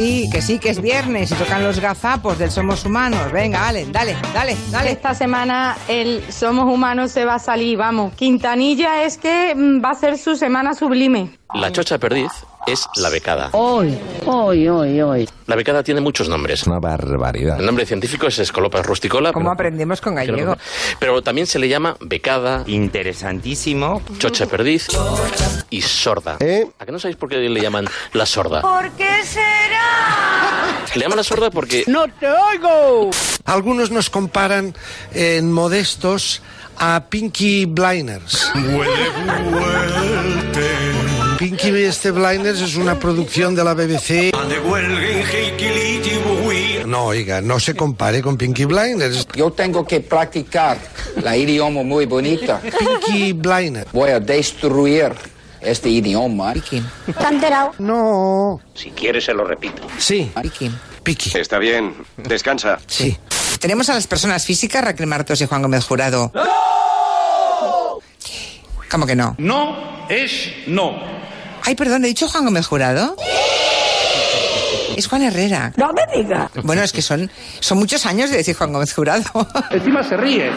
Sí, que sí, que es viernes y tocan los gazapos del Somos Humanos. Venga, vale, dale, dale, dale. Esta semana el Somos Humanos se va a salir, vamos. Quintanilla es que mm, va a ser su semana sublime. La chocha perdiz es la becada. Hoy, hoy, hoy, hoy. La becada tiene muchos nombres. Es una barbaridad. El nombre científico es Escolopa rusticola. ¿Cómo pero- aprendemos con pero- gallego? Pero también se le llama becada, Interesantísimo. chocha perdiz y sorda. ¿Eh? ¿A qué no sabéis por qué le llaman la sorda? ¿Por qué será? Le llaman la sorda porque Algunos nos comparan eh, en modestos a Pinky Blinders. Pinky este Blinders es una producción de la BBC. No, oiga, no se compare con Pinky Blinders. Yo tengo que practicar la idioma muy bonita. Pinky Blinders. Voy a destruir este idioma. No. Si quieres, se lo repito. Sí, Vicky. Pinky. Está bien. Descansa. Sí. Tenemos a las personas físicas, Raquel Martos y Juan Gómez Jurado. ¡No! ¿Cómo que no? No es no. Ay, perdón, ¿he dicho Juan Gómez Jurado? Es Juan Herrera. No me digas. Bueno, es que son, son muchos años de decir Juan Gómez Jurado. Encima se ríe.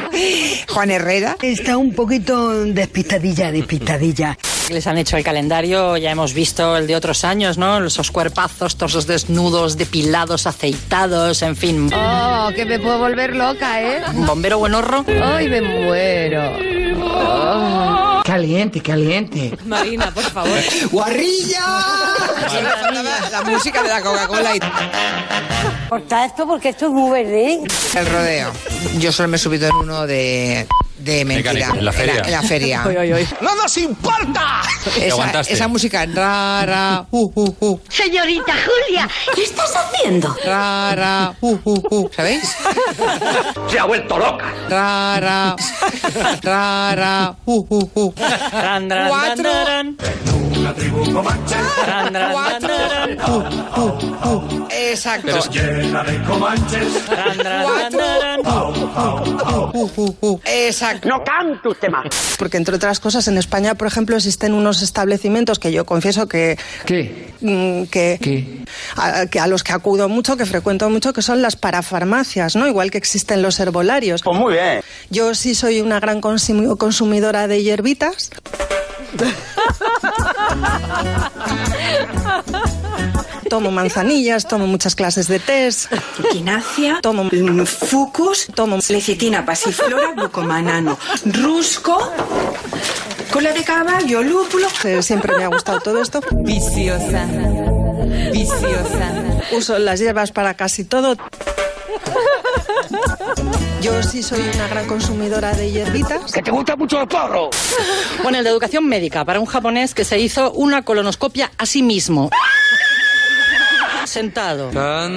Juan Herrera. Está un poquito despistadilla, despistadilla. Les han hecho el calendario, ya hemos visto el de otros años, ¿no? Esos cuerpazos, torsos desnudos, depilados, aceitados, en fin. Oh, que me puedo volver loca, ¿eh? Bombero buen horro. Hoy me muero. Oh. Caliente, caliente. Marina, por favor. La, la música de la Coca-Cola y Corta esto porque esto es muy verde. el rodeo. Yo solo me he subido en uno de, de mentira. Mecánico, en la feria. En la, feria. ¡No nos importa! Esa, aguantaste. esa música ra ra uh, uh, uh, Señorita Julia, ¿qué estás haciendo? ra ra uh, uh, uh, ¿sabéis? Se ha vuelto loca. Ra ra ra ra uh, uh, uh. Tran, tran, Cuatro. tran, tran. Tran, tran, Cuatro. tran, tran. Uh, uh, uh. Exacto. Tran, tran, Cuatro. tran, tran. Uh, uh, uh. Exacto. ¡No cante usted más! Porque entre otras cosas en España, por ejemplo, existen unos establecimientos que yo confieso que ¿Qué? mm, que, A, que a los que acudo mucho, que frecuento mucho, que son las parafarmacias, ¿no? Igual que existen los herbolarios. Pues muy bien. Yo sí soy una gran consumi- consumidora de hierbitas. Tomo manzanillas, tomo muchas clases de test. Quinacia, Tomo fucus, tomo- lecitina pasiflora, bucomanano, rusco, cola de caballo, lúpulo. Eh, Siempre me ha gustado todo esto. Viciosa. Viciosa. Uso las hierbas para casi todo. Yo sí soy una gran consumidora de hierbitas. ¡Que te gusta mucho el porro! Bueno, el de educación médica para un japonés que se hizo una colonoscopia a sí mismo. Sentado. ¡Está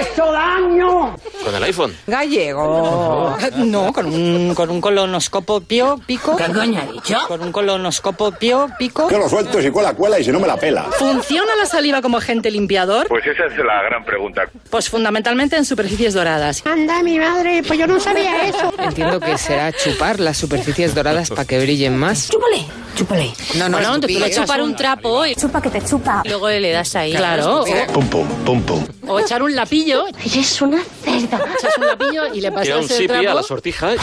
hecho daño! con el iPhone. Gallego. No, con un, con un colonoscopo pío pico. ¿Qué coño ha dicho? Con un colonoscopo pío pico. lo suelto si cuela, cuela y si no me la pela. ¿Funciona la saliva como agente limpiador? Pues esa es la gran pregunta. Pues fundamentalmente en superficies doradas. Anda, mi madre, pues yo no sabía eso. Entiendo que será chupar las superficies doradas para que brillen más. Chúpale, chúpale. No, no, bueno, te estupidez. puede chupar un trapo y Chupa que te chupa. luego le das ahí. Claro. Pum, pum, pum, pum. O, o echar un lapillo. Eres una cerda. Echas un lapillo y le Tira un pasas el sipi a la trapo. sortija. y-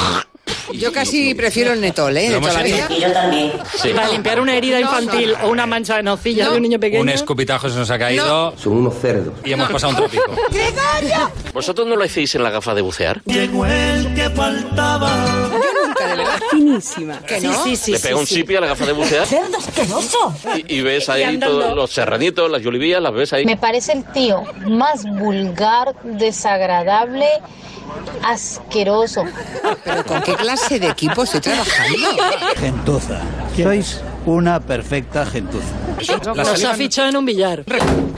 Yo casi prefiero el netol, ¿eh? De toda la vida. Sí. Para limpiar una herida infantil o una mancha de nocilla de un niño pequeño. Un escupitajo se nos ha caído. Son unos cerdos. Y hemos pasado un trópico. ¿Vosotros no lo hacéis en la gafa de bucear? Finísima. ¿Que Sí, no? sí, sí. Le sí, pega un sí. sipi a la gafa de bucear Cerdo asqueroso. y, y ves ahí andando. todos los serranitos, las yulivías, las ves ahí. Me parece el tío más vulgar, desagradable, asqueroso. ¿Pero con qué clase de equipo estoy trabajando? Gentuza. Sois una perfecta gentuza. Nos ha fichado en un billar.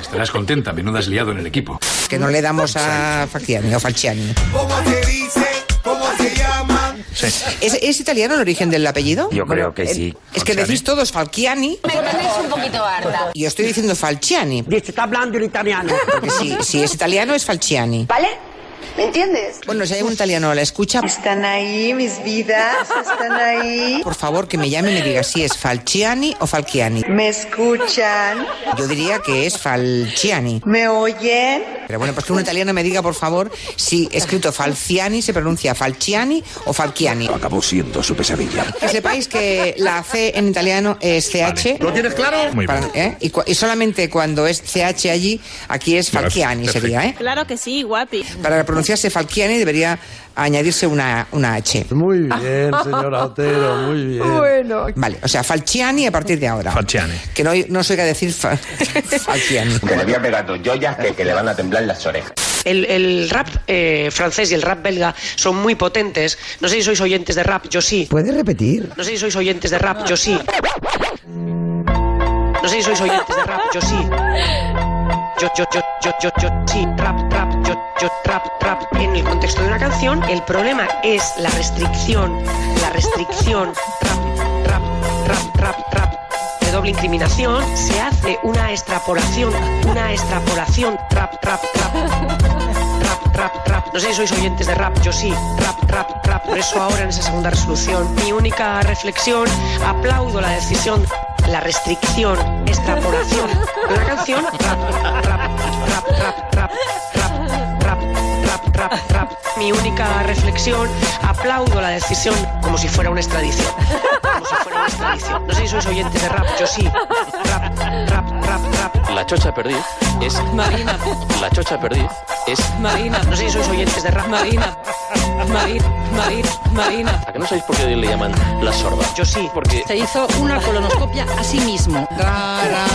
Estarás contenta, menuda has liado en el equipo. Que no le damos a Facciani o Falciani. ¿Cómo se dice? ¿Cómo se llama? ¿Es, es italiano el origen del apellido? Yo creo que eh, sí. Es que decís todos Falciani. Me tenéis un poquito harta. Yo estoy diciendo Falciani. Dice, está hablando en italiano. Porque si, si es italiano es Falciani. ¿Vale? ¿Me entiendes? Bueno, si hay un italiano, la escucha. Están ahí mis vidas, están ahí. Por favor, que me llame y me diga si es Falciani o Falciani. Me escuchan, Yo diría que es Falciani. me oyen. Pero bueno, pues que un italiano me diga, por favor, si escrito Falciani se pronuncia Falciani o Falciani. Acabó siendo su pesadilla. Que sepáis que la C en italiano es CH. ¿Lo tienes claro? Muy Para- ¿eh? y, cua- y solamente cuando es CH allí, aquí es Falciani sería, ¿eh? Claro que sí, guapi. Para pronunciarse Falciani debería añadirse una, una H. Muy bien, señora Otero, muy bien. Bueno. Vale, o sea, Falciani a partir de ahora. Falciani. Que no, no se oiga decir fa- Falciani. Que le voy a pegar dos joyas que, que le van a temblar las orejas. El, el rap eh, francés y el rap belga son muy potentes. No sé si sois oyentes de rap, yo sí. ¿Puedes repetir? No sé si sois oyentes de rap, yo sí. No sé si sois oyentes de rap, yo sí. Yo, yo, yo, yo, yo, yo, sí, rap, rap, yo, yo, rap, rap. En el contexto de una canción, el problema es la restricción, la restricción, rap, rap, rap, rap, rap. De doble incriminación se hace una extrapolación, una extrapolación, rap, rap, rap. Rap, rap, rap. No sé si sois oyentes de rap, yo sí. Rap, rap, rap. Por eso ahora en esa segunda resolución, mi única reflexión, aplaudo la decisión, la restricción, extrapolación de una canción. Rap, rap, rap, rap, rap, rap, rap, rap, rap, rap. Mi única reflexión, aplaudo la decisión como si fuera una extradición. Como si fuera una extradición. No sé si sois oyentes de rap, yo sí. Rap, rap, rap, rap. La chocha perdiz es... Marina. La chocha perdiz es... Marina. No sé si sois oyentes de rap. Marina. Marina. Marina. Marina. ¿A que no sabéis por qué le llaman la sorda? Yo Pues sí. Porque... Se hizo una colonoscopia a sí mismo. Rara,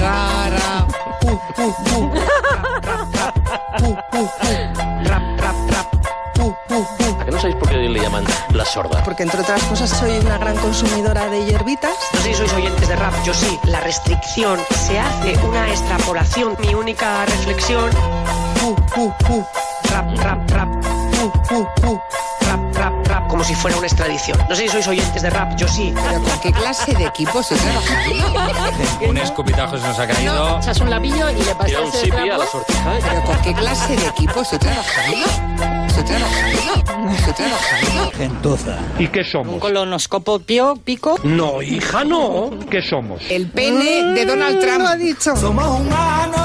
rara, pu, pu, pu. Rap, rap, rap. Pu, pu, pu. ¿A que no sabéis por qué le llaman la sorda? Porque entre otras cosas soy una gran consumidora de hierbitas. No sé si sois oyentes de rap, yo sí. La restricción se hace una extrapolación. Mi única reflexión. Pu, pu, pu. Rap, rap, rap. Pu, pu, pu. Rap, rap, rap. Como si fuera una extradición. No sé si sois oyentes de rap, yo sí. Pero con qué clase de equipo se trabaja aquí? Un escupitajo se nos ha caído. Echas un labillo y le Tira un pasas el sipi a trapo. la sortija. ¿Pero con qué clase de equipo se trabaja aquí? Se trabaja aquí. Se trabaja aquí. Gentuza. ¿Y qué Un somos? colonoscopo pio, pico. No, hija, no. ¿Qué somos? El pene de Donald Trump. Lo ha dicho. Somos humanos.